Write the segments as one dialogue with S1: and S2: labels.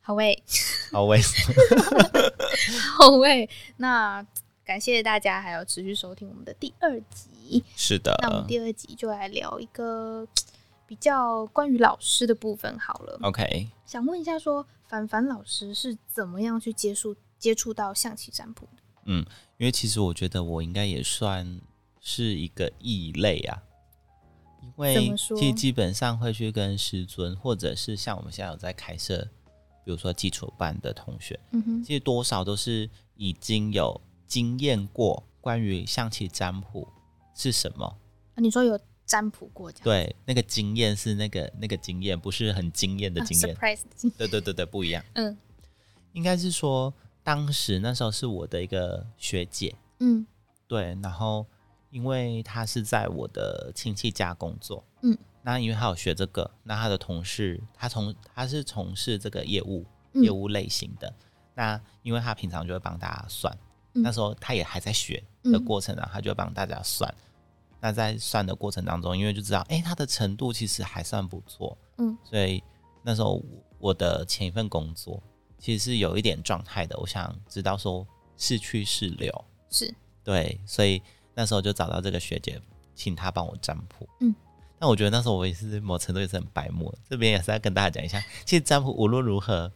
S1: 好喂，
S2: always
S1: 好喂，那感谢大家还有持续收听我们的第二集。
S2: 是
S1: 那我们
S2: 的。
S1: 第二集就来聊一个比较关于老师的部分好了。
S2: OK，
S1: 想问一下说凡凡老师是怎么样去接触接触到象棋占卜的？
S2: 因为其实我觉得我应该也算是一个异类啊，因
S1: 怎
S2: 为
S1: 么说
S2: 其实基本上会去跟师尊，或者是像我们现在有在开设，比如说基础班的同学，
S1: 嗯哼，
S2: 其实多少都是已经有经验过关于象棋占卜是什么。
S1: 啊你说有占卜过这样？
S2: 对，那个经验是那个那个经验，不是很惊艳的
S1: 啊
S2: 经验。
S1: surprise 的经验，
S2: 对对对对，不一样。
S1: 嗯
S2: 应该是说当时那时候是我的一个学姐，
S1: 嗯
S2: 对，然后因为她是在我的亲戚家工作，
S1: 嗯，
S2: 那因为她有学这个，那她的同事，她从她是从事这个业务
S1: 嗯
S2: 业务类型的，那因为她平常就会帮大家算，
S1: 嗯
S2: 那时候她也还在学的
S1: 嗯，
S2: 过程啊，她就会帮大家算。那在算的过程当中，因为就知道，哎、她的程度其实还算不错，
S1: 嗯，
S2: 所以那时候我我的前一份工作其实是有一点状态的，我想知道说是去是留，
S1: 嗯是
S2: 对，所以那时候就找到这个学姐，请她帮我占卜。
S1: 嗯，
S2: 但我觉得那时候我也是某程度也是很白目的，这边也是要跟大家讲一 下，其实占卜无论如何，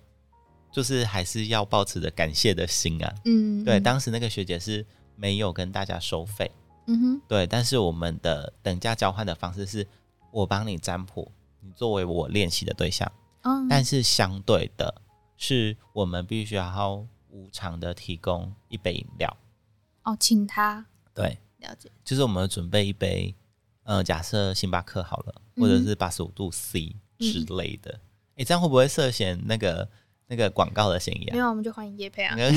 S2: 就是还是要保持着感谢的心啊。
S1: 嗯，
S2: 对，
S1: 嗯
S2: 当时那个学姐是没有跟大家收费，
S1: 嗯哼，
S2: 对，但是我们的等价交换的方式是我帮你占卜，你作为我练习的对象，
S1: 嗯，
S2: 但是相对的是我们必须要无偿的提供一杯饮料。
S1: 哦，请他
S2: 对，
S1: 了解，
S2: 就是我们准备一杯，呃，假设星巴克好了，
S1: 嗯
S2: 或者是八十五度 C 之类的。诶，这样会不会涉嫌那个那个广告的嫌疑
S1: 没
S2: 啊？
S1: 有我们就欢迎叶 佩啊，
S2: 应该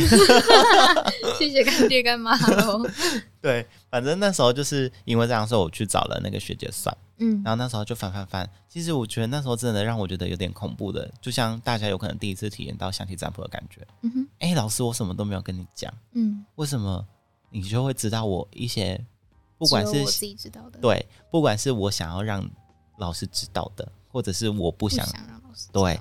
S1: 谢谢干爹干妈喽。
S2: 对，反正那时候就是因为这样，所以我去找了那个学姐算，
S1: 嗯
S2: 然后那时候就翻翻翻。其实我觉得那时候真的让我觉得有点恐怖的，就像大家有可能第一次体验到象棋占卜的感觉。
S1: 嗯哼
S2: 诶，老师，我什么都没有跟你讲，
S1: 嗯，
S2: 为什么你就会知道我一些，不
S1: 不
S2: 管是
S1: 我自己知道的，，
S2: 对，不管是我想要让老师知道的，或者是我不
S1: 不
S2: 想，
S1: 想让老师知道
S2: 对，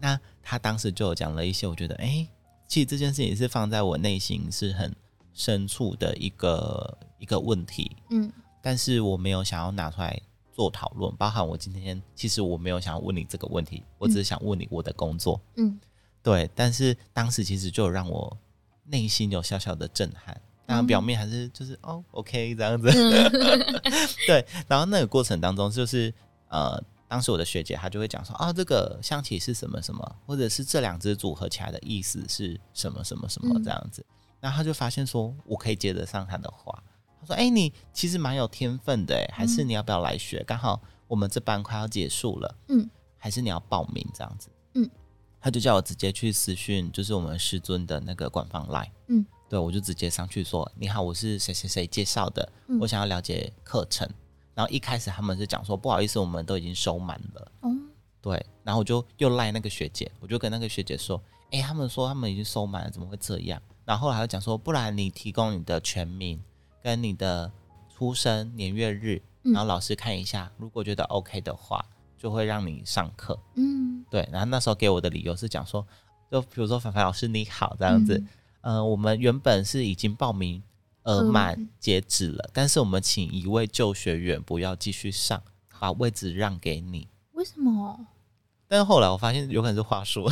S2: 那他当时就有讲了一些，我觉得，哎、其实这件事情是放在我内心是很深处的一个一个问题，
S1: 嗯
S2: 但是我没有想要拿出来做讨论，包含我今天其实我没有想要问你这个问题，我只是想问你我的工作，
S1: 嗯
S2: 对，但是当时其实就有让我内心有小小的震撼，当然表面还是就是、哦，OK 这样子。 对，然后那个过程当中就是呃，当时我的学姐她就会讲说啊，这个象棋是什么什么，或者是这两只组合起来的意思是什么什么什么
S1: 嗯
S2: 这样子。然后她就发现说，我可以接得上她的话。她说：“哎、你其实蛮有天分的，哎，还是你要不要来学？刚好我们这班快要结束了，
S1: 嗯，
S2: 还是你要报名这样子？
S1: 嗯，
S2: 他就叫我直接去私讯，就是我们师尊的那个官方 line，
S1: 嗯，
S2: 对我就直接上去说，你好，我是谁谁谁介绍的，
S1: 嗯
S2: 我想要了解课程。然后一开始他们是讲说，不好意思，我们都已经收满了，
S1: 哦
S2: 对，然后我就又赖那个学姐，我就跟那个学姐说，哎、他们说他们已经收满了，怎么会这样？然后后来又讲说，不然你提供你的全名跟你的出生年月日，
S1: 嗯
S2: 然后老师看一下，如果觉得 OK 的话，就会让你上课。
S1: 嗯
S2: 对，然后那时候给我的理由是讲说，就比如说凡凡老师你好这样子，呃，我们原本是已经报名额满
S1: 嗯
S2: 截止了，但是我们请一位旧学员不要继续上，把位置让给你。
S1: 为什么
S2: 但是后来我发现有可能是话术，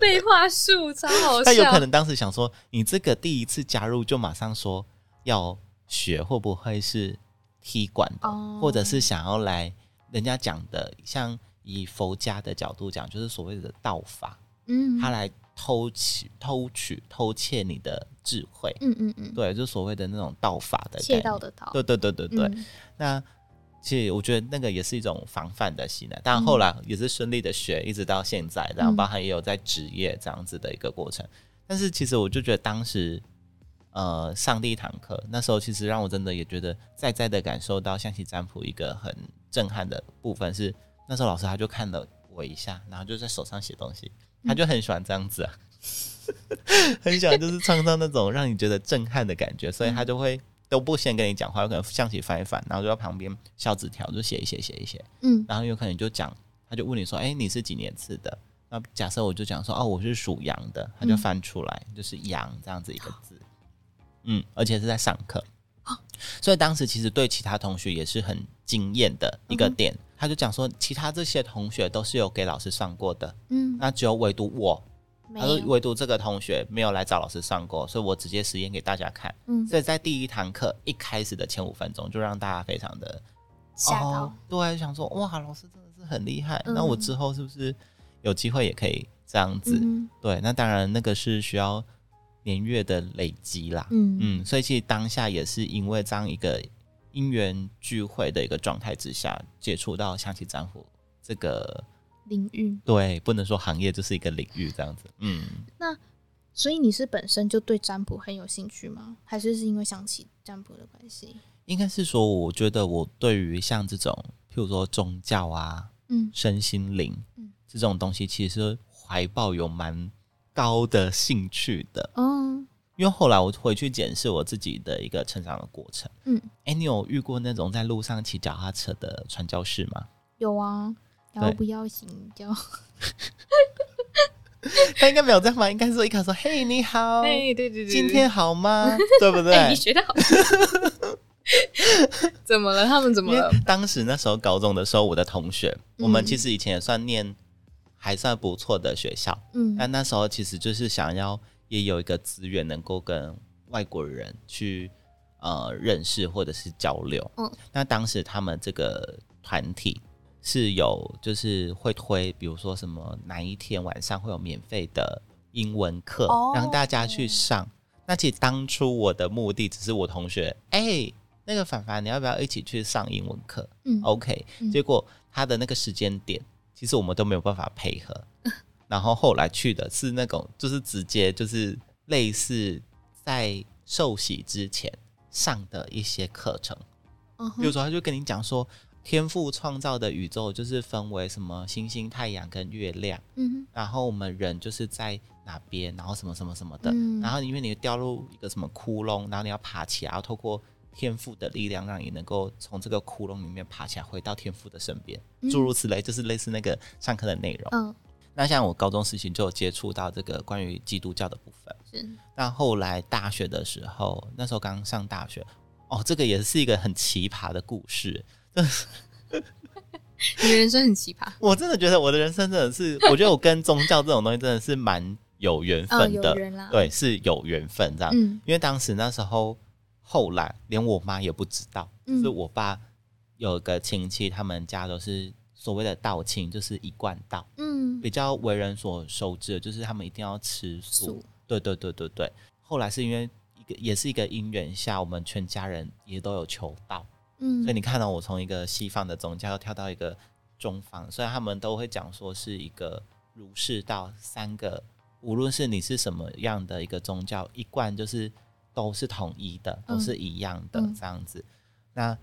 S1: 被话术超好
S2: 他有可
S1: 笑？
S2: 能当时想说，你这个第一次加入就马上说要学，会不会是踢馆的，
S1: 哦
S2: 或者是想要来人家讲的，像以佛家的角度讲，就是所谓的道法，
S1: 嗯
S2: 他来偷取、偷取、偷窃你的智慧，
S1: 嗯嗯嗯，
S2: 对，就所谓的那种道法的概
S1: 窃
S2: 念
S1: 盗的盗，
S2: 对对对对对。
S1: 嗯
S2: 那其实我觉得那个也是一种防范的心呢、但后来也是顺利的学，一直到现在，然后
S1: 嗯
S2: 包含也有在职业这样子的一个过程。但是其实我就觉得当时。呃，上第一堂课，那时候其实让我真的也觉得在在的感受到象棋占卜一个很震撼的部分是，那时候老师他就看了我一下，然后就在手上写东西，他就很喜欢这样子啊， 很喜欢就是创造那种让你觉得震撼的感觉，所以他就会都不先跟你讲话，有可能象棋翻一翻，然后就在旁边小纸条就写一写写一写，
S1: 嗯
S2: 然后有可能就讲，他就问你说，哎、你是几年次的？那假设我就讲说，哦，我是属羊的，他就
S1: 嗯
S2: 翻出来、就是羊这样子一个字，
S1: 哦
S2: 嗯，而且是在上课，所以当时其实对其他同学也是很惊艳的一个
S1: 嗯哼
S2: 点。他就讲说，其他这些同学都是有给老师上过的，
S1: 嗯，
S2: 那只有唯独我，
S1: 没
S2: 啊他说
S1: 有，
S2: 唯独这个同学没有来找老师上过，所以我直接实验给大家看。
S1: 嗯，
S2: 所以在第一堂课一开始的前五分钟，就让大家非常的
S1: 吓到
S2: 哦，对，想说哇，老师真的是很厉害，
S1: 嗯
S2: 那我之后是不是有机会也可以这样子？
S1: 嗯
S2: 对，那当然那个是需要年月的累积啦。
S1: 嗯
S2: 嗯，所以其实当下也是因为这样一个因缘聚会的一个状态之下，接触到象棋占卜这个，
S1: 领域，
S2: 对，不能说行业，就是一个领域这样子。嗯，
S1: 所以你是本身就对占卜很有兴趣吗？还是是因为想起占卜的关系？
S2: 应该是说，我觉得我对于像这种，譬如说宗教啊、
S1: 嗯
S2: 身心灵，
S1: 嗯
S2: 这种东西，其实怀抱有蛮高的兴趣的。
S1: 哦，
S2: 因为后来我回去检视我自己的一个成长的过程。
S1: 嗯，
S2: 哎、你有遇过那种在路上骑脚踏车的传教士 吗？
S1: 有啊，
S2: 对
S1: 要不要行教？
S2: 他应该没有这样吧？应该是一开始说：“嘿，你 好，
S1: 哎，对对对，
S2: 今天 好吗？”对不
S1: 哎，你
S2: 对？
S1: 学的好， 怎么了？他们怎
S2: 因
S1: 么
S2: 为
S1: 了？
S2: 当时那时候高中的时候，我的同学，我们
S1: 嗯
S2: 其实以前也算念还算不错的学校，
S1: 嗯
S2: 但那时候其实就是想要也有一个资源能够跟外国人去呃认识或者是交流。
S1: 嗯，
S2: 那当时他们这个团体是有就是会推，比如说什么哪一天晚上会有免费的英文课，
S1: 哦
S2: 让大家去上。那其实当初我的目的只是我同学，哎、那个凡凡，你要不要一起去上英文课？
S1: 嗯
S2: OK，、
S1: 嗯
S2: 结果他的那个时间点，其实我们都没有办法配合。 然后后来去的是那种，就是直接就是类似在受洗之前上的一些课程，
S1: 嗯
S2: 比
S1: 哼
S2: 如说他就跟你讲说，天赋创造的宇宙就是分为什么星星、太阳跟月亮，
S1: 嗯
S2: 然后我们人就是在哪边，然后什么什么什么的，
S1: 嗯
S2: 然后因为你掉入一个什么窟窿，然后你要爬起来，然后透过天赋的力量，让你能够从这个窟窿里面爬起来，回到天赋的身边，
S1: 嗯
S2: 诸如此类，就是类似那个上课的内容。
S1: 嗯
S2: 那像我高中时期就有接触到这个关于基督教的部分，
S1: 是
S2: 那后来大学的时候，那时候刚上大学，哦，这个也是一个很奇葩的故事，
S1: 嗯你的人生很奇葩，
S2: 我真的觉得我的人生真的是，我觉得我跟宗教这种东西真的是蛮有缘
S1: 哦，
S2: 分
S1: 有
S2: 的，
S1: 人啦，，
S2: 对，啊是有缘分这样。
S1: 嗯
S2: 因为当时那时候，后来连我妈也不知道，
S1: 嗯
S2: 就是我爸有个亲戚，他们家都是所谓的道亲，就是一贯道，
S1: 嗯
S2: 比较为人所熟知的，就是他们一定要吃素。
S1: 素
S2: 对对对对对。后来是因为一个也是一个因缘下，我们全家人也都有求道，
S1: 嗯
S2: 所以你看到我从一个西方的宗教跳到一个中方，虽然他们都会讲说是一个儒释道三个，无论是你是什么样的一个宗教，一贯就是都是统一的，
S1: 嗯
S2: 都是一样的
S1: 嗯
S2: 这样子。那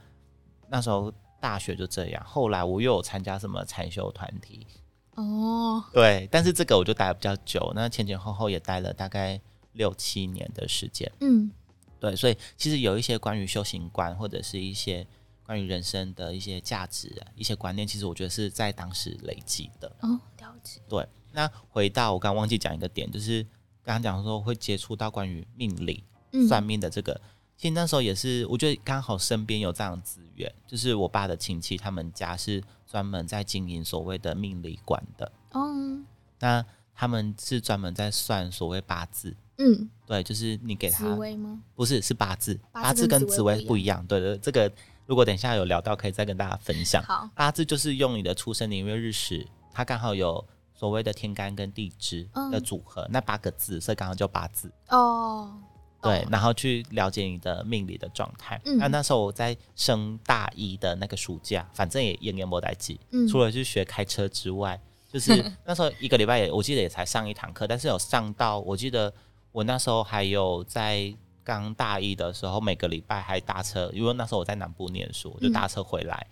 S2: 那时候大学就这样，后来我又有参加什么禅修团体，
S1: 哦，
S2: 对，但是这个我就待得比较久，那前前后后也待了大概六七年的时间。
S1: 嗯
S2: 对，所以其实有一些关于修行观，或者是一些关于人生的一些价值、啊一些观念，其实我觉得是在当时累积的。
S1: 哦，了解，
S2: 对，那回到我刚忘记讲一个点，就是刚刚讲说会接触到关于命理、
S1: 嗯
S2: 算命的这个，其实那时候也是，我觉得刚好身边有这样的资源，就是我爸的亲戚，他们家是专门在经营所谓的命理馆的，
S1: 哦，
S2: 那他们是专门在算所谓八字。
S1: 嗯，
S2: 对，就是你给
S1: 紫
S2: 他
S1: 薇吗？
S2: 不是，是八字，
S1: 八
S2: 八
S1: 字
S2: 字
S1: 跟
S2: 跟
S1: 紫
S2: 紫
S1: 微
S2: 微
S1: 不
S2: 不一样。对对，这个如果等一下有聊到，可以再跟大家分享。
S1: 好，
S2: 八字就是用你的出生年月日时，它刚好有所谓的天干跟地支的
S1: 嗯
S2: 组合，那八个字，所以刚好叫八字。
S1: 哦，
S2: 对
S1: 懂，
S2: 然后去了解你的命理的状态。
S1: 嗯
S2: 那那时候我在升大一的那个暑假，反正也研研磨在记，
S1: 嗯
S2: 除了去学开车 之外，就是那时候一个礼拜也我记得也才上一堂课，但是有上到我记得我那时候还有在刚大一的时候，每个礼拜还搭车，因为那时候我在南部念书，我就
S1: 嗯
S2: 搭车回来，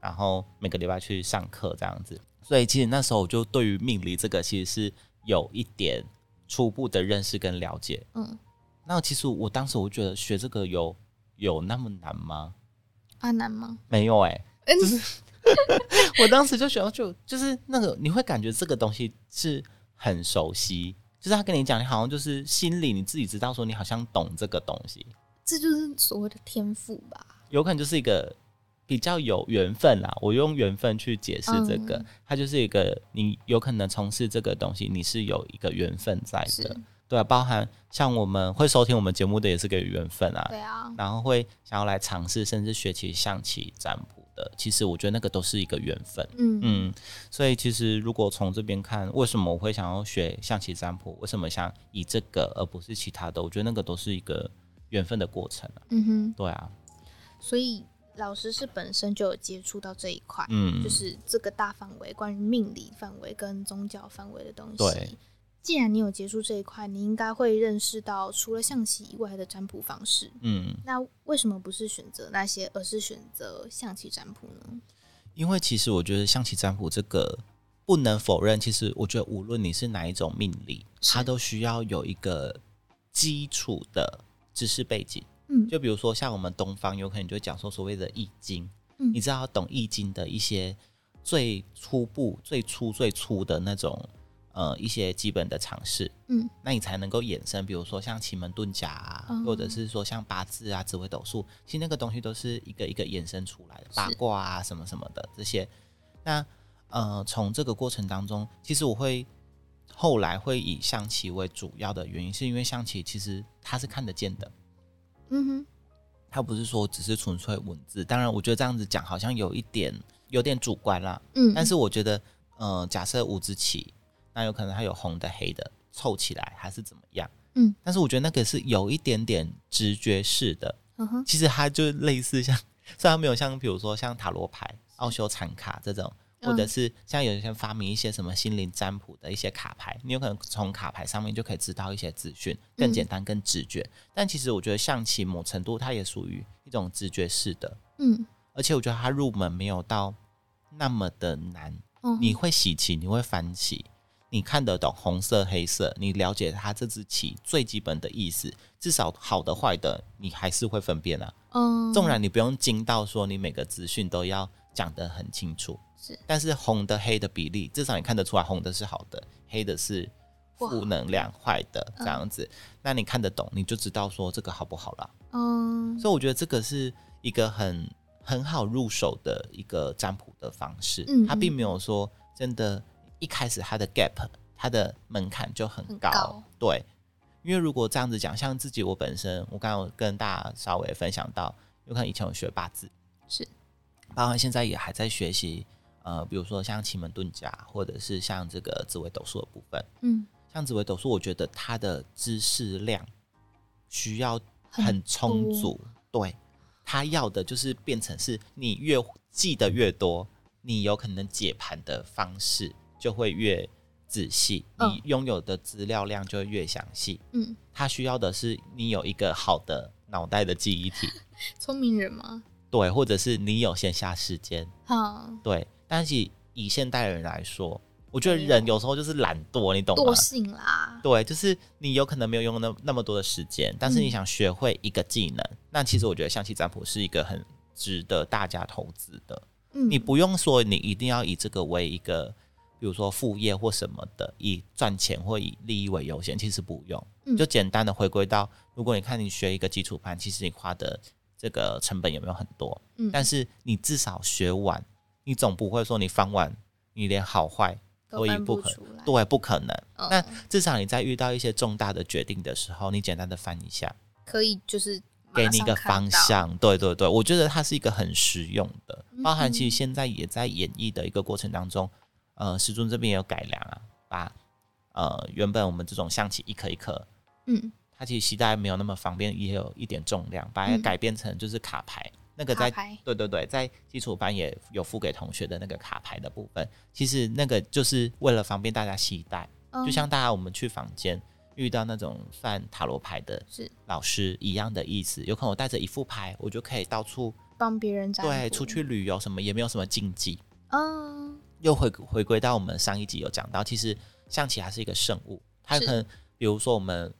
S2: 然后每个礼拜去上课这样子。所以其实那时候我就对于命理这个其实是有一点初步的认识跟了解，
S1: 嗯
S2: 那其实我当时我觉得学这个有有那么难吗？
S1: 阿南吗？
S2: 没有哎、
S1: 嗯，
S2: 我当时就想，就就是那个，你会感觉这个东西是很熟悉，就是他跟你讲，你好像就是心里你自己知道，说你好像懂这个东西，
S1: 这就是所谓的天赋吧？
S2: 有可能就是一个比较有缘分啦。我用缘分去解释这个，
S1: 嗯
S2: 它就是一个你有可能从事这个东西，你是有一个缘分在的
S1: 是，，
S2: 对啊，包含像我们会收听我们节目的也是个缘分啊，
S1: 对啊，
S2: 然后会想要来尝试，甚至学习象棋占卜的，其实我觉得那个都是一个缘分。
S1: 嗯
S2: 嗯，所以其实如果从这边看，为什么我会想要学象棋占卜？为什么想以这个而不是其他的？我觉得那个都是一个缘分的过程啊。
S1: 嗯哼，
S2: 对啊，
S1: 所以老师是本身就有接触到这一块，
S2: 嗯，
S1: 就是这个大范围关于命理范围跟宗教范围的东西。
S2: 对，
S1: 既然你有接触这一块，你应该会认识到除了象棋以外的占卜方式。
S2: 嗯，
S1: 那为什么不是选择那些，而是选择象棋占卜呢？
S2: 因为其实我觉得象棋占卜这个不能否认，其实我觉得无论你是哪一种命理，
S1: 是
S2: 它都需要有一个基础的知识背景。
S1: 嗯
S2: 就比如说像我们东方，有可能就会讲说所谓的易经，
S1: 嗯
S2: 你知道懂易经的一些最初步、最初、最初的那种呃一些基本的常识，
S1: 嗯，
S2: 那你才能够衍生，比如说像奇门遁甲啊，
S1: 嗯
S2: 或者是说像八字啊、紫微斗数，其实那个东西都是一个一个衍生出来的，
S1: 是
S2: 八卦啊什么什么的这些。那呃，从这个过程当中，其实我会后来会以象棋为主要的原因，是因为象棋其实它是看得见的，
S1: 嗯哼，
S2: 它不是说只是纯粹文字。当然，我觉得这样子讲好像有一点有点主观啦，
S1: 嗯，
S2: 但是我觉得，呃，假设五只棋，那有可能它有红的、黑的凑起来，还是怎么样？
S1: 嗯，
S2: 但是我觉得那个是有一点点直觉式的，
S1: 嗯哼，
S2: 其实它就类似像， 虽然没有像比如说像塔罗牌、奥修禅卡这种，或者
S1: 嗯
S2: 是像有些发明一些什么心灵占卜的一些卡牌，你有可能从卡牌上面就可以知道一些资讯，更
S1: 嗯
S2: 简单、更直觉。但其实我觉得象棋某程度它也属于一种直觉式的，
S1: 嗯，
S2: 而且我觉得它入门没有到那么的难。
S1: 嗯
S2: 你会洗棋，你会翻棋，你看得懂红色、黑色，你了解它这只棋最基本的意思，至少好的、坏的，你还是会分辨啊。
S1: 嗯，
S2: 纵然你不用精到说你每个资讯都要讲得很清楚，
S1: 是
S2: 但是红的、黑的比例，至少你看得出来，红的是好的，黑的是负
S1: 哇
S2: 能量、坏的这
S1: 嗯
S2: 样子。那你看得懂，你就知道说这个好不好啦。
S1: 嗯
S2: 所以我觉得这个是一个很很好入手的一个占卜的方式。
S1: 嗯
S2: 它并没有说真的，一开始它的 gap 它的门槛就很
S1: 很
S2: 高。
S1: 高
S2: 对，因为如果这样子讲，像自己我本身，我刚刚有跟大家稍微分享到，有可能以前我学八字，
S1: 是，
S2: 包含现在也还在学习。呃，比如说像奇门遁甲，或者是像这个紫微斗数的部分，
S1: 嗯
S2: 像紫微斗数，我觉得它的知识量需要
S1: 很
S2: 很充足。对，他要的就是变成是你越记得越多，你有可能解盘的方式就会越仔细，
S1: 嗯
S2: 你拥有的资料量就会越详细。
S1: 嗯，
S2: 他需要的是你有一个好的脑袋的记 忆体，
S1: 聪明人嘛，
S2: 对，或者是你有闲暇时间，
S1: 哈，
S2: 对。但是以现代人来说，我觉得
S1: 没有
S2: 人有时候就是懒惰，你懂吗
S1: 惰？性啦，
S2: 对，就是你有可能没有用那那么多的时间，但是你
S1: 嗯
S2: 想学会一个技能，那其实我觉得象棋占卜是一个很值得大家投资的。
S1: 嗯，
S2: 你不用说你一定要以这个为一个，比如说副业或什么的，以赚钱或以利益为优先，其实不用，
S1: 嗯
S2: 就简单的回归到，如果你看你学一个基础班，其实你花的这个成本有没有很多？
S1: 嗯
S2: 但是你至少学完，你总不会说你翻完，你连好坏
S1: 都
S2: 以
S1: 分
S2: 不
S1: 不
S2: 可
S1: 出来，
S2: 对，不可能。
S1: 嗯
S2: 那至少你在遇到一些重大的决定的时候，你简单的翻一下，
S1: 可以就是马
S2: 给你一个
S1: 上看
S2: 方
S1: 到，
S2: 向。对对对，我觉得它是一个很实用的，包含
S1: 嗯
S2: 其实现在也在演绎的一个过程当中，呃，师尊这边也有改良啊，把呃原本我们这种象棋一颗一颗，
S1: 嗯，
S2: 它其实携带没有那么方便，也有一点重量，把它
S1: 嗯
S2: 改变成就是卡牌，那个
S1: 卡
S2: 在
S1: 牌，
S2: 对对对，在基础班也有付给同学的那个卡牌的部分，其实那个就是为了方便大家携带。
S1: 嗯
S2: 就像大家我们去房间遇到那种算塔罗牌的
S1: 是
S2: 老师一样的意思，有可能我带着一副牌，我就可以到处
S1: 帮别人占卜，
S2: 对出去旅游什么，也没有什么禁忌。
S1: 嗯，
S2: 又回回归到我们上一集有讲到，其实象棋还是一个圣物，它
S1: 是
S2: 可能比如说我们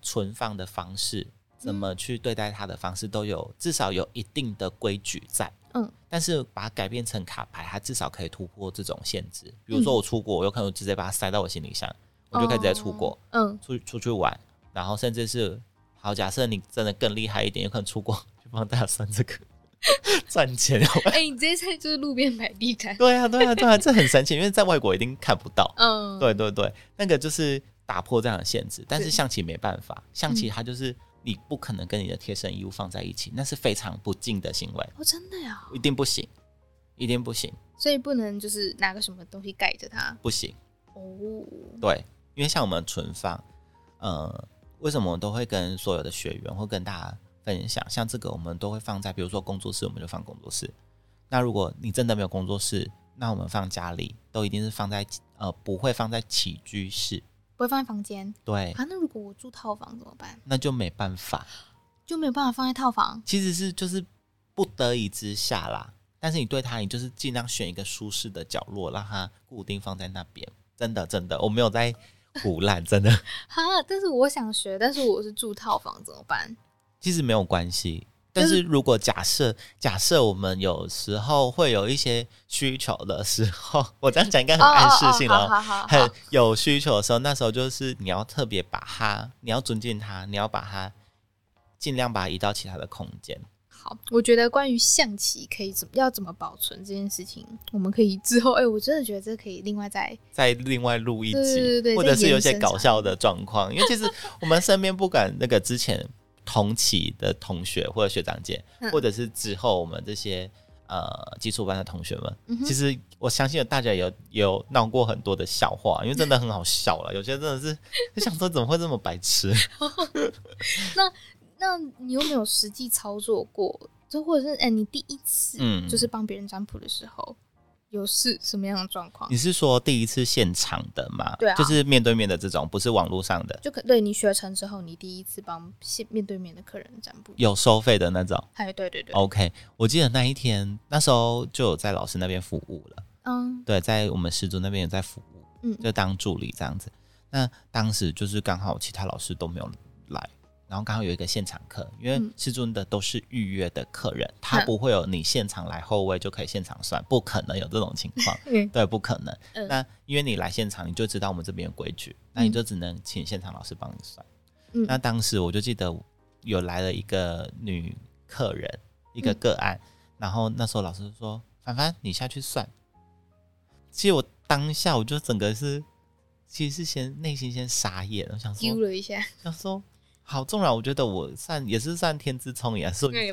S2: 存放的方式，怎
S1: 嗯
S2: 么去对待它的方式都有，至少有一定的规矩在。
S1: 嗯，
S2: 但是把它改变成卡牌，它至少可以突破这种限制。比
S1: 嗯
S2: 如说我出国，我有可能直接把它塞到我行李箱，我就可以直接出国、
S1: 嗯，
S2: 出出去玩，然后甚至是好，假设你真的更厉害一点，有可能出国 去帮大家算这个 赚钱。
S1: 哎、你这些就是路边摆地摊，
S2: 对啊，对啊，对啊，这很神奇，因为在外国一定看不到。
S1: 嗯，
S2: 对对对，那个就是打破这样的限制。但
S1: 是
S2: 是象棋没办法，象棋它就是你不可能跟你的贴身衣物放在一起，那是非常不敬的行为，
S1: 哦，真的呀，
S2: 一定不行，一定不行，
S1: 所以不能就是拿个什么东西盖着它，
S2: 不行。
S1: 哦，
S2: 对，因为像我们存放，呃，为什么我都会跟所有的学员或跟大家分享，像这个我们都会放在，比如说工作室，我们就放工作室。那如果你真的没有工作室，那我们放家里都一定是放在呃，不会放在起居室。
S1: 不会放在房间
S2: 对，
S1: 啊？那如果我住套房怎么办？
S2: 那就没办法。
S1: 就没有办法放在套房，
S2: 其实是就是不得已之下啦。但是你对它，你就是尽量选一个舒适的角落，让它固定放在那边。真的，真的，我没有在胡乱，真的，
S1: 哈，但是我想学，但是我是住套房怎么 办？
S2: 其实没有关系。
S1: 就
S2: 但
S1: 是
S2: 是如果假设假设我们有时候会有一些需求的时候， 我这样讲应该很暗示性
S1: 哦哦哦
S2: 了哦，
S1: 好好好好
S2: 很有需求的时候，那时候就是你要特别把它，你要尊敬它，你要把它尽量把它移到其他的空间。
S1: 好，我觉得关于象棋可以怎么要怎么保存这件事情，我们可以之后，哎、我真的觉得这可以另外再
S2: 再另外录一集，
S1: 对对对
S2: 或者是有一
S1: 再
S2: 些
S1: 延伸
S2: 搞笑的状况。因为其实我们身边不管那个之前同期的同学或者学长姐，
S1: 嗯
S2: 或者是之后我们这些呃基础班的同学们，
S1: 嗯哼
S2: 其实我相信大家有有闹过很多的笑话，因为真的很好笑 了。有些真的是就想说怎么会这么白痴？
S1: 那你有没有实际操作过？就或者是哎、你第一次
S2: 嗯
S1: 就是帮别人占卜的时候，有是什么样的状况
S2: 你？是说第一次现场的吗？
S1: 对啊
S2: 就是面对面的这种，不是网络上的
S1: 就可对你学成之后，你第一次帮现面对面的客人占卜，
S2: 有收费的那种。
S1: 哎，对对对，
S2: OK，我记得那一天那时候就有在老师那边服务了。
S1: 嗯
S2: 对，在我们十足那边有在服务，
S1: 嗯
S2: 就当助理这样子。那当时就是刚好其他老师都没有来，然后刚好有一个现场课，因为
S1: 嗯
S2: 师尊的都是预约的客人，他
S1: 嗯。
S2: 不会有你现场来后位就可以现场算，不可能有这种情况
S1: 嗯
S2: 对，不可能。
S1: 嗯
S2: 那因为你来现场，你就知道我们这边有规矩，那你就只能请现场老师帮你算。
S1: 嗯
S2: 那当时我就记得有来了一个女客人，一个
S1: 嗯
S2: 个案，然后那时候老师说：“凡凡，你下去算。”其实我当下我就整个是，其实是先内心先傻眼，我想
S1: 丢
S2: 说，
S1: 了一 下，
S2: 想说。好，纵然我觉得我算也是算天资聪颖啊，顺
S1: 对，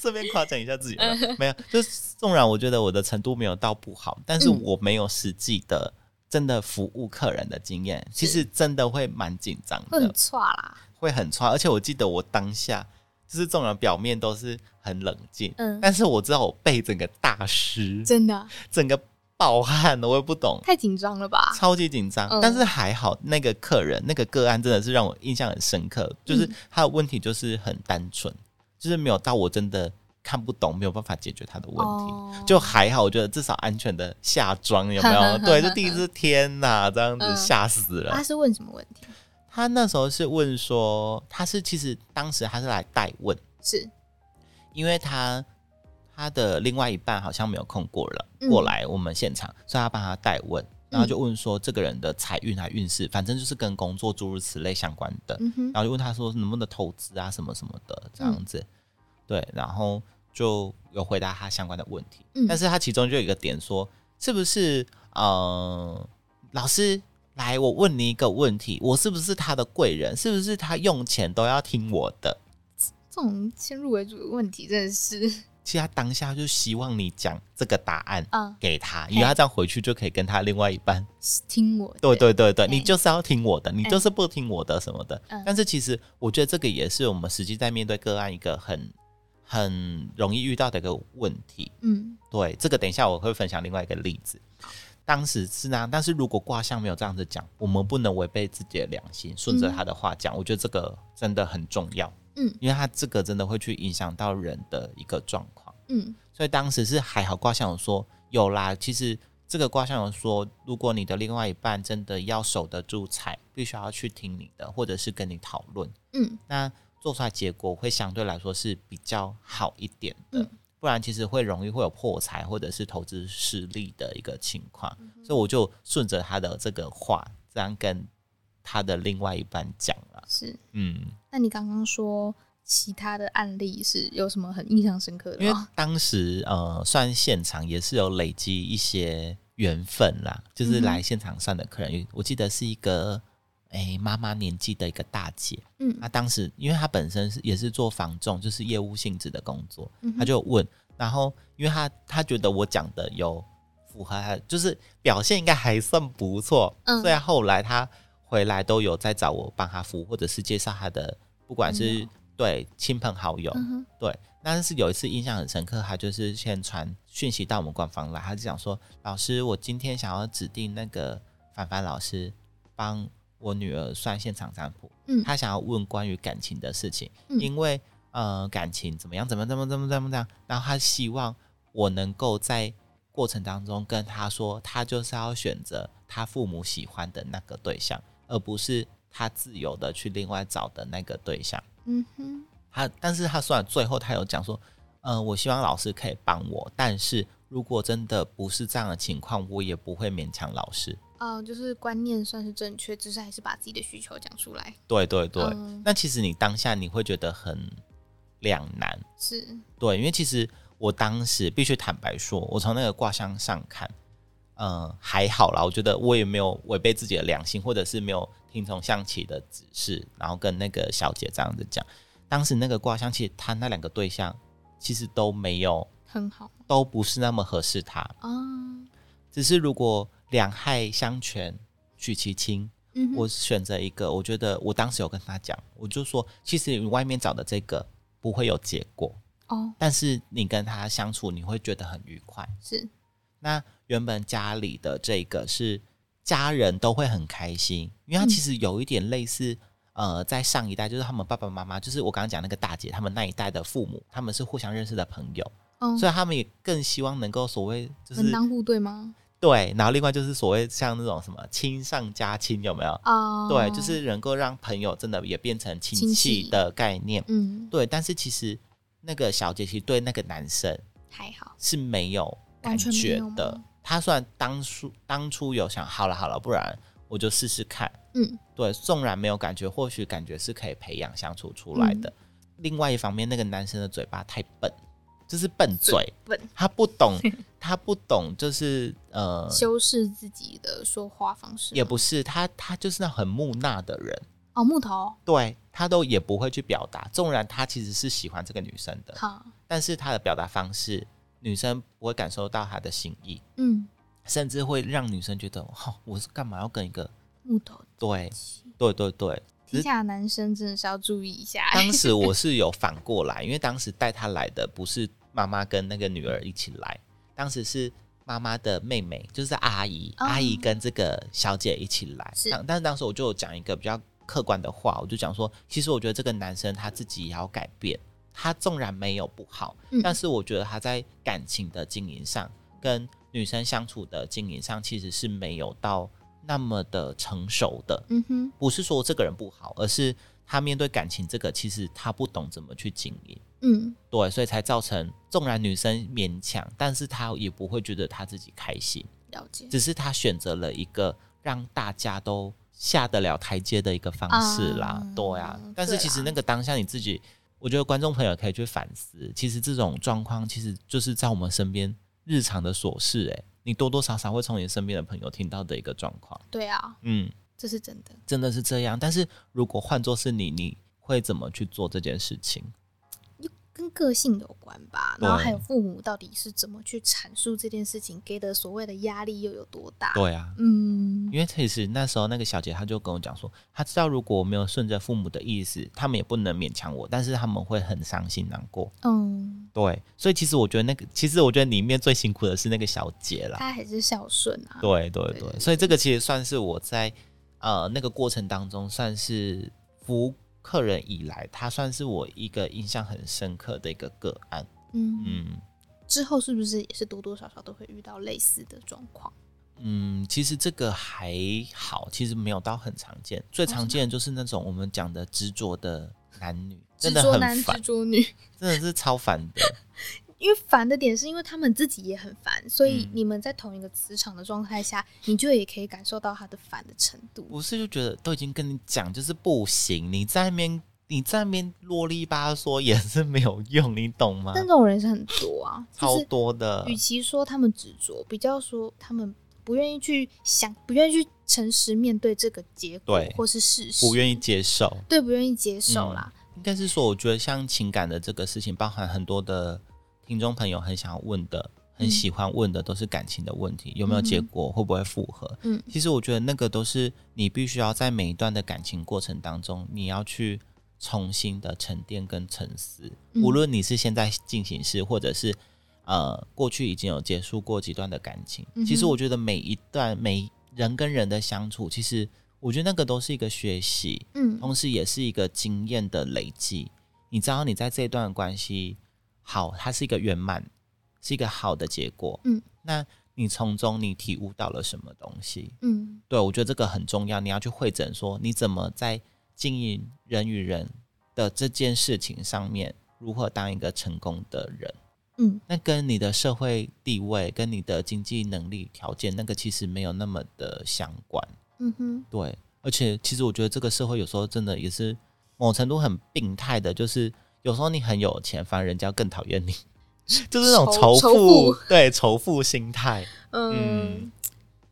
S2: 顺便夸奖一下自己有
S1: 嗯
S2: 没有，没有，就是纵然我觉得我的程度没有到不好，但是
S1: 嗯
S2: 我没有实际的真的服务客人的经验，其实真的会蛮紧张
S1: 会很
S2: 的，
S1: 差啦，
S2: 会很差。而且我记得我当下就是纵然表面都是很冷静，
S1: 嗯，
S2: 但是我知道我背整个大湿，
S1: 真的啊
S2: 整个暴汗了，我也不懂。
S1: 太紧张了吧？
S2: 超级紧张，
S1: 嗯
S2: 但是还好，那个客人那个个案真的是让我印象很深刻，就是
S1: 嗯
S2: 他的问题就是很单纯，就是没有到我真的看不懂，没有办法解决他的问题，
S1: 哦
S2: 就还好，我觉得至少安全的下妆有没有？ 对，就第一次天呐，这样子
S1: 嗯
S2: 吓死了。
S1: 他是问什么问题？
S2: 他那时候是问说，他是其实当时他是来代问，
S1: 是
S2: 因为他他的另外一半好像没有空过了，
S1: 嗯
S2: 过来我们现场，所以他帮他代问，然后就问说这个人的财运啊、运势，反正就是跟工作诸如此类相关的，
S1: 嗯哼，
S2: 然后就问他说能不能投资啊什么什么的这样子，对，然后就有回答他相关的问题，
S1: 嗯
S2: 但是他其中就有一个点说，是不是呃老师？来，我问你一个问题，我是不是他的贵人？是不是他用钱都要听我的？
S1: 这种先入为主的问题真的是
S2: 其实他当下就希望你讲这个答案
S1: 啊，
S2: 给他，因为他这样回去就可以跟他另外一半。
S1: 听我的
S2: 对对对对，
S1: 嗯
S2: 你就是要听我的，你就是不听我的什么的
S1: 嗯。
S2: 但是其实我觉得这个也是我们实际在面对个案一个很很容易遇到的一个问题。
S1: 嗯
S2: 对，这个等一下我会分享另外一个例子。当时是那样，但是如果卦象没有这样子讲，我们不能违背自己的良心，顺着他的话讲。我觉得这个真的很重要，
S1: 嗯
S2: 因为他这个真的会去影响到人的一个状况。
S1: 嗯
S2: 所以当时是还好卦象有说有啦，其实这个卦象有说，如果你的另外一半真的要守得住财，必须要去听你的，或者是跟你讨论，
S1: 嗯
S2: 那做出来结果会相对来说是比较好一点的。
S1: 嗯
S2: 不然其实会容易会有破财或者是投资失利的一个情况，所以我就顺着他的这个话，这样跟他的另外一半讲了。
S1: 是。
S2: 嗯，
S1: 那你刚刚说其他的案例是有什么很印象深刻的
S2: 因为
S1: 吗？
S2: 当时呃，算现场也是有累积一些缘分啦，就是
S1: 嗯哼
S2: 来现场算的客人，我记得是一个诶妈妈年纪的一个大姐，
S1: 嗯
S2: 她当时因为她本身是也是做房仲，就是业务性质的工作，
S1: 嗯哼
S2: 她就问，然后因为她她觉得我讲的有符合她，就是表现应该还算不错，
S1: 嗯
S2: 所以后来她回来都有在找我帮她服务，或者是介绍她的不管
S1: 朋
S2: 是、
S1: 友
S2: 对亲朋好友，
S1: 嗯哼
S2: 对，但是有一次印象很深刻，他就是先传讯息到我们官方来，他就讲说：“老师，我今天想要指定那个凡凡老师帮我女儿算现场占卜，
S1: 嗯
S2: 他想要问关于感情的事情，
S1: 嗯
S2: 因为呃感情怎么样，怎么样怎么样怎么样怎么样，然后他希望我能够在过程当中跟他说，他就是要选择他父母喜欢的那个对象，而不是他自由的去另外找的那个对象。”
S1: 嗯哼
S2: 他，但是他虽然最后他有讲说，呃，我希望老师可以帮我，但是如果真的不是这样的情况，我也不会勉强老师。
S1: 哦，就是观念算是正确，只是还是把自己的需求讲出来。
S2: 对对对，
S1: 嗯
S2: 那其实你当下你会觉得很两难，
S1: 是，
S2: 对，因为其实我当时必须坦白说，我从那个卦象上看，呃，还好啦，我觉得我也没有违背自己的良心，或者是没有听从象棋的指示，然后跟那个小姐这样子讲。当时那个卦象，其实他那两个对象其实都没有
S1: 很好
S2: 都不是那么合适他。
S1: 啊。
S2: 只是如果两害相权取其轻，
S1: 嗯哼，
S2: 我选择一个，我觉得我当时有跟他讲，我就说，其实你外面找的这个不会有结果，
S1: 哦
S2: 但是你跟他相处，你会觉得很愉快。
S1: 是，
S2: 那原本家里的这个是家人都会很开心，因为他
S1: 嗯
S2: 其实有一点类似，呃，在上一代就是他们爸爸妈妈，就是我刚刚讲那个大姐，他们那一代的父母，他们是互相认识的朋友，
S1: 嗯，
S2: 所以他们也更希望能够所谓就是
S1: 门当户对吗？
S2: 对，然后另外就是所谓像那种什么亲上加亲，有没有？
S1: 啊，
S2: 对，就是能够让朋友真的也变成亲
S1: 亲
S2: 戚
S1: 戚
S2: 的概念。
S1: 嗯，
S2: 对，但是其实那个小姐其实对那个男生
S1: 还好，
S2: 是没有感
S1: 完全没
S2: 觉
S1: 有
S2: 的
S1: 吗。
S2: 他虽然当初当初有想，好了好了，不然我就试试看。
S1: 嗯
S2: 对，纵然没有感觉，或许感觉是可以培养相处出来的。
S1: 嗯
S2: 另外一方面，那个男生的嘴巴太笨，就是笨嘴，
S1: 笨
S2: 他不懂， 他不懂，就是呃，
S1: 修饰自己的说话方式
S2: 也
S1: 吗
S2: 不是他，他就是那种很木讷的人，
S1: 哦木头
S2: 对他都也不会去表达。纵然他其实是喜欢这个女生的，
S1: 好，
S2: 但是他的表达方式，女生不会感受到他的心意，
S1: 嗯
S2: 甚至会让女生觉得，哦，我是干嘛要跟一个
S1: 木头
S2: 对
S1: 气。
S2: 对对对。
S1: 天下的男生真的是要注意一下，
S2: 当时我是有反过来，因为当时带他来的不是妈妈跟那个女儿一起来，当时是妈妈的妹妹，就是阿姨，
S1: 哦
S2: 阿姨跟这个小姐一起来。
S1: 是
S2: 当但是当时我就有讲一个比较客观的话，我就讲说，其实我觉得这个男生他自己也要改变，他纵然没有不好，
S1: 嗯
S2: 但是我觉得他在感情的经营上跟女生相处的经营上，其实是没有到那么的成熟的。
S1: 嗯哼，
S2: 不是说这个人不好，而是他面对感情这个，其实他不懂怎么去经营，
S1: 嗯
S2: 对，所以才造成纵然女生勉强，但是他也不会觉得他自己开心，
S1: 了解
S2: 只是他选择了一个让大家都下得了台阶的一个方式啦，
S1: 啊
S2: 对啊。但是
S1: 对
S2: 其实
S1: 啦
S2: 那个当下你自己，我觉得观众朋友可以去反思，其实这种状况其实就是在我们身边日常的琐事、欸，你多多少少会从你身边的朋友听到的一个状况，
S1: 对啊，
S2: 嗯。
S1: 这是真的。
S2: 真的是这样。但是如果换作是你，你会怎么去做这件事情？
S1: 跟个性有关吧，
S2: 对
S1: 然后还有父母到底是怎么去阐述这件事情，给的所谓的压力又有多大？，
S2: 对啊，
S1: 嗯，
S2: 因为其实那时候那个小姐她就跟我讲说，她知道如果我没有顺着父母的意思，他们也不能勉强我，但是他们会很伤心难过。
S1: 嗯，
S2: 对，所以其实我觉得那个，其实我觉得里面最辛苦的是那个小姐啦。
S1: 他还是孝顺啊，
S2: 对对
S1: 对
S2: 对，
S1: 对
S2: 所以这个其实算是我在呃那个过程当中，算是服务客人以来，她算是我一个印象很深刻的一个个案。
S1: 嗯，
S2: 嗯，
S1: 之后是不是也是多多少少都会遇到类似的状况？
S2: 嗯，其实这个还好，其实没有到很常见。最常见的就是那种我们讲的执着的男女，
S1: 执
S2: 真的
S1: 着
S2: 很
S1: 男、
S2: 烦
S1: 执，着女，
S2: 真的是超烦的。
S1: 因为烦的点是因为他们自己也很烦，所以
S2: 嗯
S1: 你们在同一个磁场的状态下，你就也可以感受到他的烦的程度。
S2: 不是就觉得都已经跟你讲，就是不行，你在那边你在那边啰里吧嗦也是没有用，你懂吗？
S1: 但这种人是很多啊，就
S2: 超
S1: 是
S2: 多的，
S1: 与其说他们执着，比较说他们不愿意去想，不愿意去诚实面对这个结果
S2: 对
S1: 或是事实，
S2: 不愿意嗯接受。
S1: 对不愿意接受啦。
S2: 应该是说，我觉得像情感的这个事情，包含很多的听众朋友很想要问的、
S1: 嗯
S2: 很喜欢问的，都是感情的问题，有没有结果，会不会复合？
S1: 嗯
S2: 其实我觉得那个都是你必须要在每一段的感情过程当中，你要去重新的沉淀跟沉思。
S1: 嗯
S2: 无论你是现在进行式，或者是呃过去已经有结束过几段的感情，
S1: 嗯哼
S2: 其实我觉得每一段每人跟人的相处，其实我觉得那个都是一个学习。
S1: 嗯
S2: 同时也是一个经验的累积。你知道你在这段关系好，它是一个圆满，是一个好的结果。
S1: 嗯，
S2: 那你从中你体悟到了什么东西？
S1: 嗯
S2: 对我觉得这个很重要，你要去会诊说你怎么在经营人与人的这件事情上面，如何当一个成功的人。
S1: 嗯
S2: 那跟你的社会地位、跟你的经济能力条件，那个其实没有那么的相关。
S1: 嗯哼，
S2: 对，而且其实我觉得这个社会有时候真的也是某程度很病态的，就是有时候你很有钱，反而人家更讨厌你， 就是那种
S1: 仇
S2: 仇
S1: 仇
S2: 富，
S1: 富
S2: 对仇富心态。
S1: 嗯，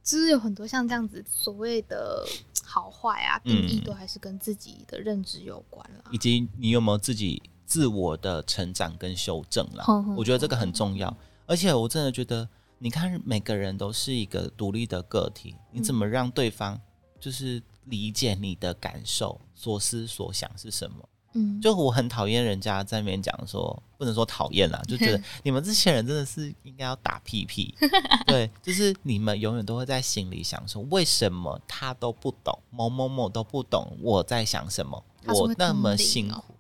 S1: 就是有很多像这样子所谓的好坏啊定义，
S2: 嗯
S1: 都还是跟自己的认知有关啦。
S2: 以及你有没有自己自我的成长跟修正啦
S1: 哼哼。
S2: 我觉得这个很重要，而且我真的觉得，你看每个人都是一个独立的个体，你怎么让对方就是理解你的感受、所思所想是什么？
S1: 嗯，
S2: 就我很讨厌人家在那边讲说，不能说讨 厌啦，就觉得你们这些人真的是应该要打屁屁。对，就是你们永远都会在心里想说，为什么他都不懂，某某某都不懂我在想什么，
S1: 他是会
S2: 我那么
S1: 通灵
S2: 辛
S1: 哦
S2: 苦。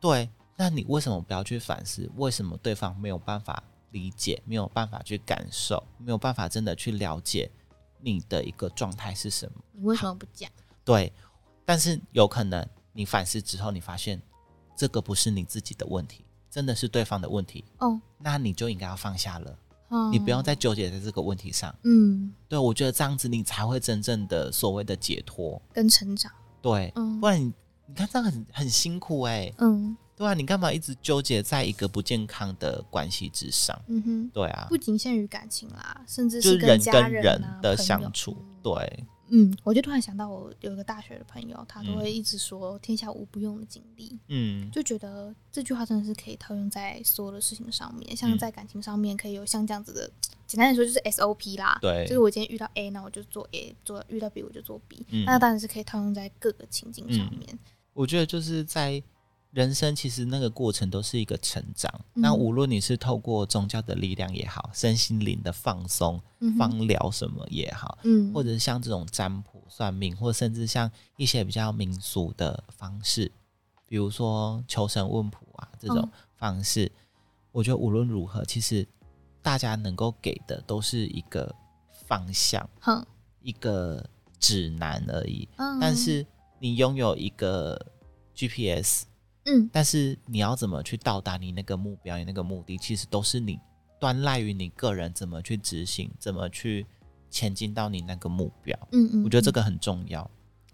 S2: 对，那你为什么不要去反思，为什么对方没有办法理解，没有办法去感受，没有办法真的去了解你的一个状态是什么？
S1: 你为什么不讲？
S2: 对，但是有可能你反思之后，你发现这个不是你自己的问题，真的是对方的问题，
S1: 哦，
S2: 那你就应该要放下了，
S1: 嗯
S2: 你不要再纠结在这个问题上。
S1: 嗯
S2: 对我觉得这样子你才会真正的所谓的解脱，
S1: 跟成长，
S2: 对，
S1: 嗯
S2: 不然你你看这样很很辛苦哎、
S1: 嗯
S2: 对啊，你干嘛一直纠结在一个不健康的关系之上？
S1: 嗯哼，
S2: 对啊
S1: 不，仅限于感情啦，甚至
S2: 就是人
S1: 家
S2: 跟
S1: 啊
S2: 人
S1: 朋友
S2: 的相处，对，
S1: 嗯，我就突然想到，我有一个大学的朋友，他都
S2: 嗯
S1: 会一直说“天下无不用的经历”，
S2: 嗯，
S1: 就觉得这句话真的是可以套用在所有的事情上面，像
S2: 嗯
S1: 在感情上面，可以有像这样子的，简单来说就是 SOP 啦。
S2: 对
S1: 就是我今天遇到 A，那我就做 A；做遇到 B，我就做 B。
S2: 嗯
S1: 那当然是可以套用在各个情境上面。
S2: 我觉得就是在人生，其实那个过程都是一个成长。
S1: 嗯
S2: 那无论你是透过宗教的力量也好，身心灵的放松、
S1: 嗯哼，
S2: 芳疗什么也好，
S1: 嗯，
S2: 或者是像这种占卜、算命，或甚至像一些比较民俗的方式，比如说求神问卜啊这种
S1: 嗯
S2: 方式，我觉得无论如何，其实大家能够给的都是一个方向、
S1: 哼，
S2: 一个指南而已。
S1: 嗯，
S2: 但是你拥有一个 GPS，
S1: 嗯
S2: 但是你要怎么去到达你那个目标、你那个目的，其实都是你端赖于你个人怎么去执行，怎么去前进到你那个目标。
S1: 嗯嗯，
S2: 我觉得这
S1: 嗯
S2: 个很重要。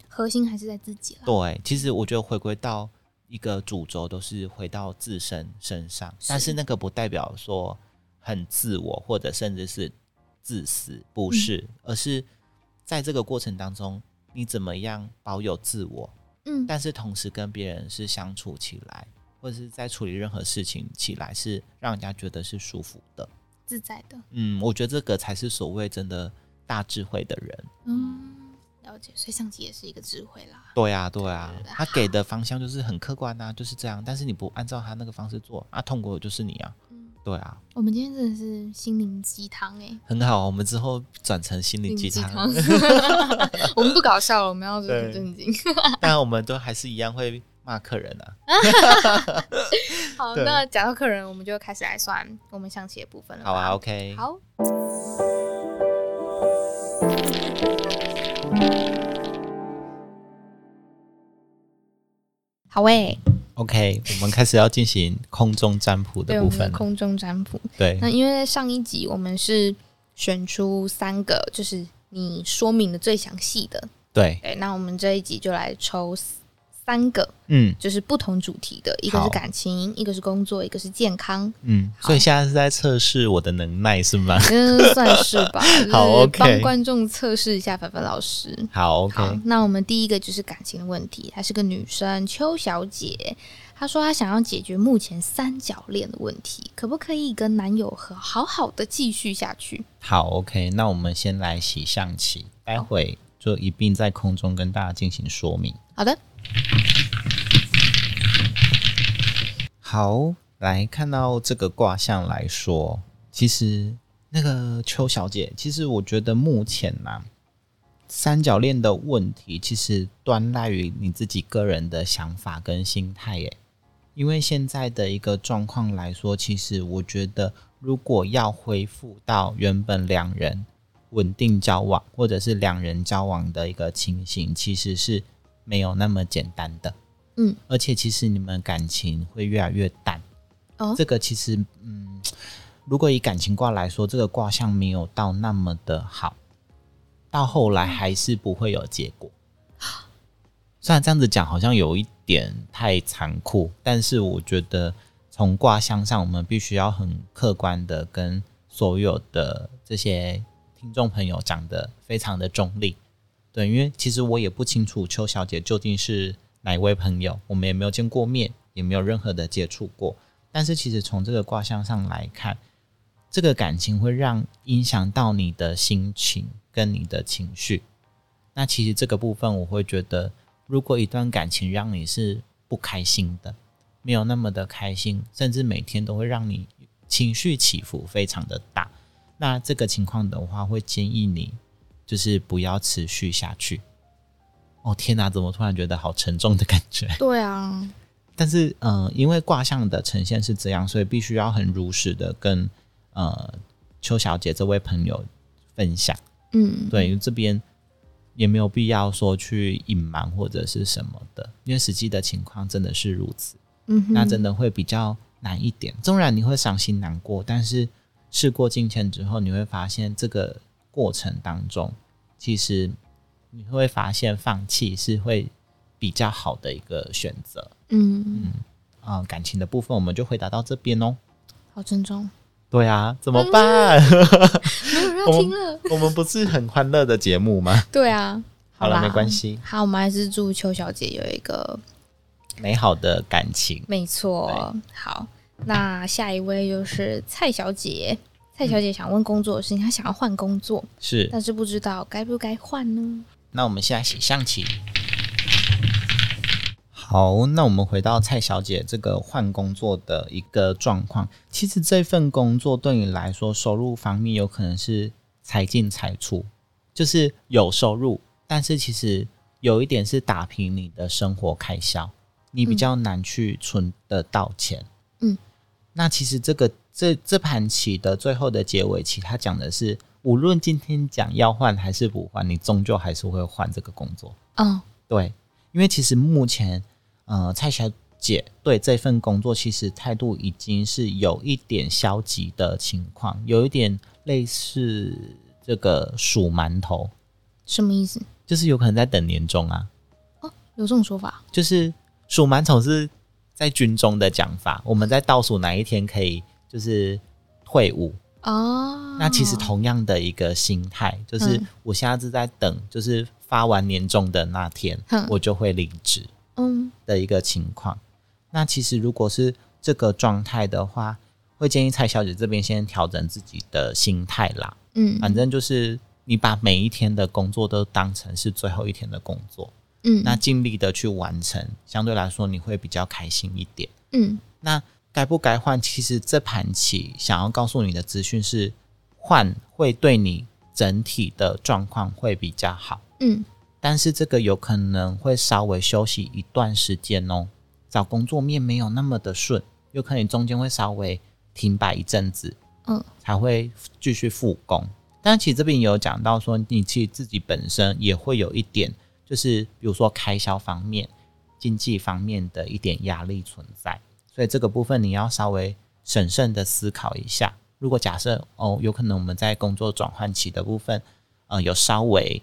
S1: 核心还是在自己啦。
S2: 对，其实我觉得回归到一个主轴，都是回到自身身上，但
S1: 是
S2: 是那个不代表说很自我，或者甚至是自私，不
S1: 嗯
S2: 是，而是在这个过程当中，你怎么样保有自我，
S1: 嗯，
S2: 但是同时跟别人是相处起来，或者是在处理任何事情起来是让人家觉得是舒服的。
S1: 自在的。
S2: 嗯，我觉得这个才是所谓真的大智慧的人。
S1: 嗯，了解。所以相机也是一个智慧啦。
S2: 对啊，对啊
S1: 对，
S2: 他给的方向就是很客观呐、就是这样。但是你不按照他那个方式做，啊，痛苦的就是你啊。
S1: 嗯，
S2: 对啊，
S1: 我们今天真的是心灵鸡汤哎，
S2: 很好啊，我们之后转成心灵鸡汤，
S1: 心灵鸡汤我们不搞笑了，我们要就是
S2: 对
S1: 正经。
S2: 但我们都还是一样会骂客人啊，
S1: 好，
S2: 对
S1: 那讲到客人，我们就开始来算我们象棋的部分了吧。
S2: 好啊，OK，
S1: 好，好欸喂、
S2: OK，我们开始要进行空中占卜
S1: 对
S2: 的
S1: 我
S2: 部
S1: 们的
S2: 分嗯了。
S1: 空中占卜。
S2: 对
S1: 那因为上一集我们是选出三个，就是你说明的最详细的，
S2: 对，
S1: 对，那我们这一集就来抽三个，
S2: 嗯
S1: 就是不同主题的，一个
S2: 好
S1: 是感情，一个是工作，一个是健康，
S2: 嗯，所以现在是在测试我的能耐是吗？
S1: 嗯， 算是吧。就是
S2: 好，OK
S1: 帮观众测试一下凡凡老师。
S2: 好
S1: 好
S2: ，OK，，
S1: 那我们第一个就是感情的问题，她是个女生，邱小姐。她说她想要解决目前三角恋的问题，可不可以跟男友和好好的继续下去？
S2: 好，OK，那我们先来洗象棋，待会就一并在空中跟大家进行说明。
S1: 好的，
S2: 好，来看到这个卦象来说，其实那个邱小姐，其实我觉得目前呐、三角恋的问题其实端赖于你自己个人的想法跟心态耶。因为现在的一个状况来说，其实我觉得如果要恢复到原本两人稳定交往，或者是两人交往的一个情形，其实是没有那么简单的。而且其实你们感情会越来越淡。
S1: 哦
S2: 这个其实，嗯，如果以感情卦来说，这个卦象没有到那么的好，到后来还是不会有结果。虽然这样子讲好像有一点太残酷，但是我觉得从卦象上，我们必须要很客观的跟所有的这些听众朋友讲的非常的中立。对，因为其实我也不清楚邱小姐究竟是哪一位朋友，我们也没有见过面，也没有任何的接触过。但是其实从这个卦象上来看，这个感情会让影响到你的心情跟你的情绪。那其实这个部分，我会觉得，如果一段感情让你是不开心的，没有那么的开心，甚至每天都会让你情绪起伏非常的大，那这个情况的话，会建议你就是不要持续下去。哦天哪，怎么突然觉得好沉重的感觉？
S1: 对啊，
S2: 但是，嗯、因为卦象的呈现是这样，所以必须要很如实的跟呃邱小姐这位朋友分享。
S1: 嗯，
S2: 对，因为这边也没有必要说去隐瞒或者是什么的，因为实际的情况真的是如此。
S1: 嗯哼，
S2: 那真的会比较难一点。纵然你会伤心难过，但是事过境迁之后，你会发现这个过程当中，其实你会发现放弃是会比较好的一个选择。
S1: 嗯，
S2: 啊、感情的部分我们就回答到这边哦。
S1: 好沉重，
S2: 对啊，怎么办？
S1: 没有人要
S2: 我
S1: 听了。
S2: 我们不是很欢乐的节目吗？
S1: 对啊，
S2: 好了，
S1: 啦
S2: 没关。系，
S1: 好，我们还是祝邱小姐有一个
S2: 美好的感情。
S1: 没错。好，那下一位就是蔡小姐。蔡小姐想问工作的事情，她想要换工作，
S2: 是，
S1: 但是不知道该不该换呢？
S2: 那我们现在写象棋。好，那我们回到蔡小姐这个换工作的一个状况。其实这份工作对你来说，收入方面有可能是财进财出，就是有收入，但是其实有一点是打平你的生活开销，你比较难去存得到钱。
S1: 嗯，
S2: 那其实这个这这盘棋的最后的结尾棋，它讲的是，无论今天讲要换还是不换，你终究还是会换这个工作。
S1: 哦，
S2: 对，因为其实目前，呃，蔡小姐对这份工作其实态度已经是有一点消极的情况，有一点类似这个数馒头，
S1: 什么意思？
S2: 就是有可能在等年终啊。
S1: 有这种说法？
S2: 就是数馒头是在军中的讲法，我们在倒数哪一天可以就是退伍。
S1: 哦，
S2: 那其实同样的一个心态，就是
S1: 嗯
S2: 我现在是在等，就是发完年终的那天，
S1: 嗯
S2: 我就会离职。
S1: 嗯
S2: 的一个情况。那其实如果是这个状态的话，会建议蔡小姐这边先调整自己的心态啦。
S1: 嗯
S2: 反正就是你把每一天的工作都当成是最后一天的工作，
S1: 嗯
S2: 那尽力的去完成，相对来说你会比较开心一点。
S1: 嗯
S2: 那该不该换？其实这盘棋想要告诉你的资讯是，换会对你整体的状况会比较好，
S1: 嗯
S2: 但是这个有可能会稍微休息一段时间哦。找工作面没有那么的顺，有可能中间会稍微停摆一阵子，
S1: 嗯，
S2: 才会继续复工。但其实这边也有讲到说，你其实自己本身也会有一点，就是比如说开销方面、经济方面的一点压力存在，所以这个部分你要稍微审慎的思考一下。如果假设哦，有可能我们在工作转换期的部分，呃，有稍微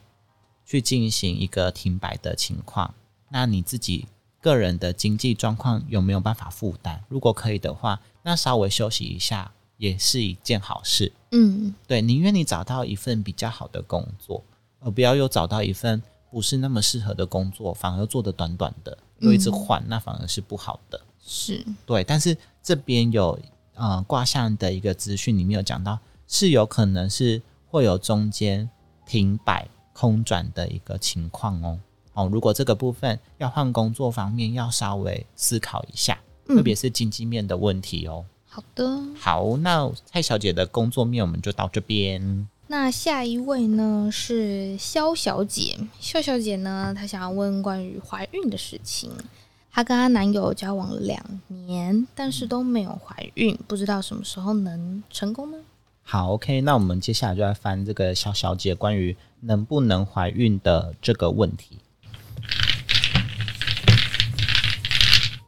S2: 去进行一个停摆的情况，那你自己个人的经济状况有没有办法负担？如果可以的话，那稍微休息一下也是一件好事。
S1: 嗯，
S2: 对，宁愿你找到一份比较好的工作，而不要又找到一份不是那么适合的工作，反而做的短短的，又一直
S1: 嗯
S2: 换，那反而是不好的。
S1: 是，
S2: 对，但是这边有呃卦象的一个资讯里面有讲到，是有可能是会有中间停摆空转的一个情况哦。哦，如果这个部分要换工作方面，要稍微思考一下，特
S1: 嗯，
S2: 别是经济面的问题哦。
S1: 好的。
S2: 好，那蔡小姐的工作面我们就到这边。
S1: 那下一位呢是肖小姐，肖小姐呢，她想要问关于怀孕的事情。她跟她男友交往了两年，但是都没有怀孕，不知道什么时候能成功呢？
S2: 好，OK，那我们接下来就来翻这个肖小姐关于能不能怀孕的这个问题。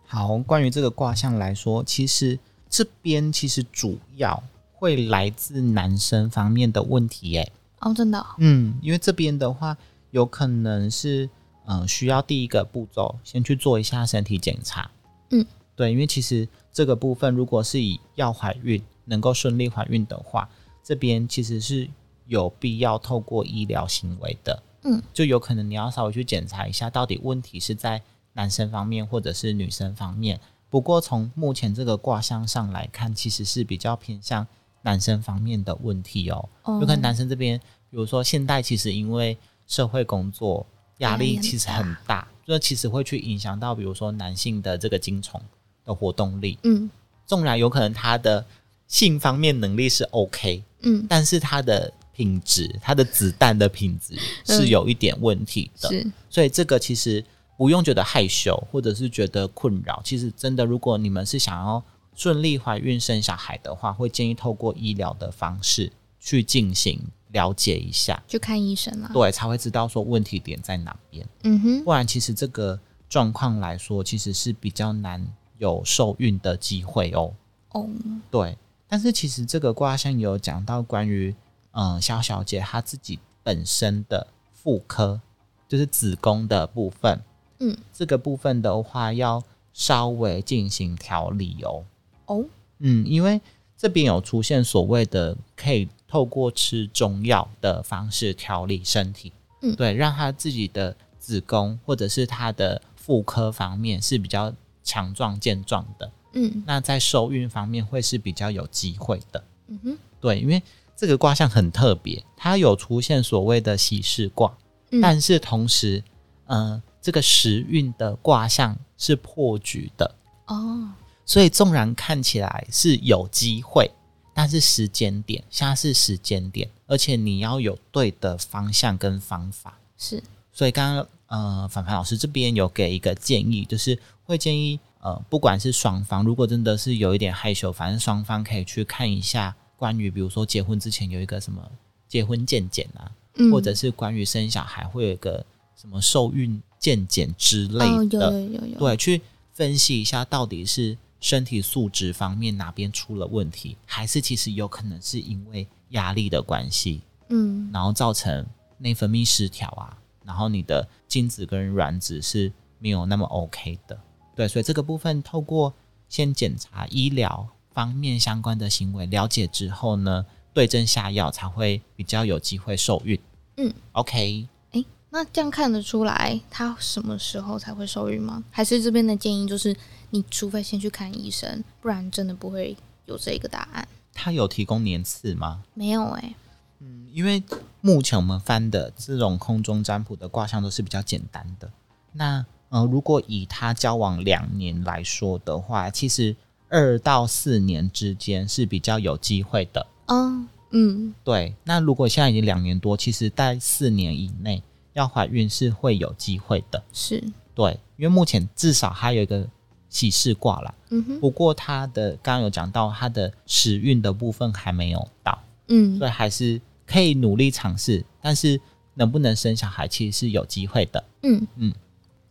S2: 好，关于这个卦象来说，其实这边其实主要会来自男生方面的问题耶。
S1: 哦，真的哦、
S2: 嗯，因为这边的话，有可能是嗯、呃需要第一个步骤先去做一下身体检查。
S1: 嗯，
S2: 对，因为其实这个部分如果是以要怀孕能够顺利怀孕的话，这边其实是有必要透过医疗行为的。
S1: 嗯，
S2: 就有可能你要稍微去检查一下，到底问题是在男生方面或者是女生方面。不过从目前这个卦象上来看，其实是比较偏向男生方面的问题哦。
S1: 哦
S2: 就看男生这边，比如说现代其实因为社会工作压
S1: 压力
S2: 力
S1: 很
S2: 其实很大，这其实会去影响到比如说男性的这个精虫的活动力。
S1: 嗯
S2: 纵然有可能他的性方面能力是 OK，
S1: 嗯，
S2: 但是他的品质，他的子弹的品质是
S1: 嗯
S2: 有一点问题的。
S1: 是，
S2: 所以这个其实不用觉得害羞，或者是觉得困扰。其实真的，如果你们是想要顺利怀孕生小孩的话，会建议透过医疗的方式去进行了解一下，
S1: 去看医生啦。
S2: 对，才会知道说问题点在哪边。
S1: 嗯哼，
S2: 不然，其实这个状况来说，其实是比较难有受孕的机会哦。
S1: 哦，
S2: 对，但是其实这个卦象有讲到关于嗯肖小姐她自己本身的妇科，就是子宫的部分。
S1: 嗯，
S2: 这个部分的话要稍微进行调理哦。
S1: 哦，
S2: 嗯，因为这边有出现所谓的可以透过吃中药的方式调理身体，
S1: 嗯
S2: 对，让她自己的子宫或者是她的妇科方面是比较强壮健壮的。
S1: 嗯
S2: 那在受孕方面会是比较有机会的。
S1: 嗯哼，
S2: 对，因为这个卦象很特别，它有出现所谓的喜事卦，
S1: 嗯
S2: 但是同时，呃，这个时运的卦象是破局的，
S1: 哦，
S2: 所以纵然看起来是有机会，但是时间点，现在是时间点，而且你要有对的方向跟方法。
S1: 是，
S2: 所以刚刚呃，凡凡老师这边有给一个建议，就是会建议呃，不管是双方，如果真的是有一点害羞，反正双方可以去看一下关于比如说结婚之前有一个什么结婚健检啊，
S1: 嗯，
S2: 或者是关于生小孩会有一个什么受孕健检之类
S1: 哦，有
S2: 的，
S1: 有有有，
S2: 对，去分析一下到底是身体素质方面哪边出了问题，还是其实有可能是因为压力的关系，
S1: 嗯
S2: 然后造成内分泌失调啊，然后你的精子跟卵子是没有那么 OK 的。对，所以这个部分透过先检查医疗方面相关的行为了解之后呢，对症下药才会比较有机会受孕。
S1: 嗯
S2: ，OK，
S1: 诶，那这样看得出来，她什么时候才会受孕吗？还是这边的建议就是，你除非先去看医生，不然真的不会有这个答案。
S2: 他有提供年次吗？
S1: 没有欸诶，
S2: 嗯，因为目前我们翻的这种空中占卜的卦象都是比较简单的。那呃，如果以他交往两年来说的话，其实二到四年之间是比较有机会的。
S1: 嗯嗯，
S2: 对，那如果现在已经两年多，其实在四年以内要怀孕是会有机会的。
S1: 是，
S2: 对，因为目前至少还有一个喜事卦啦。
S1: 嗯哼，
S2: 不过它的刚刚有讲到它的时运的部分还没有到，
S1: 嗯
S2: 所以还是可以努力尝试，但是能不能生小孩其实是有机会的。
S1: 嗯
S2: 嗯，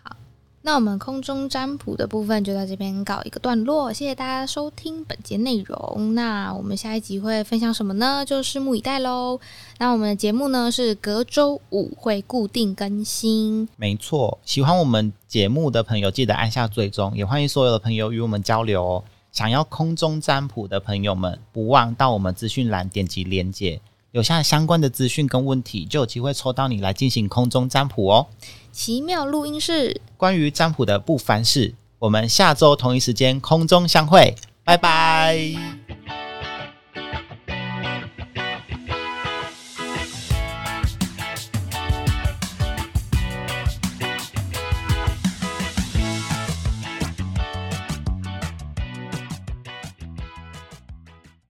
S1: 好，那我们空中占卜的部分就到这边告一个段落，谢谢大家收听本节内容。那我们下一集会分享什么呢？就拭目以待喽。那我们的节目呢是隔周五会固定更新，
S2: 没错，喜欢我们节目的朋友记得按下追踪，也欢迎所有的朋友与我们交流哦。想要空中占卜的朋友们，不忘到我们资讯栏点击连接，留下相关的资讯跟问题，就有机会抽到你来进行空中占卜哦。
S1: 奇妙录音室，
S2: 关于占卜的不凡事，我们下周同一时间空中相会，拜拜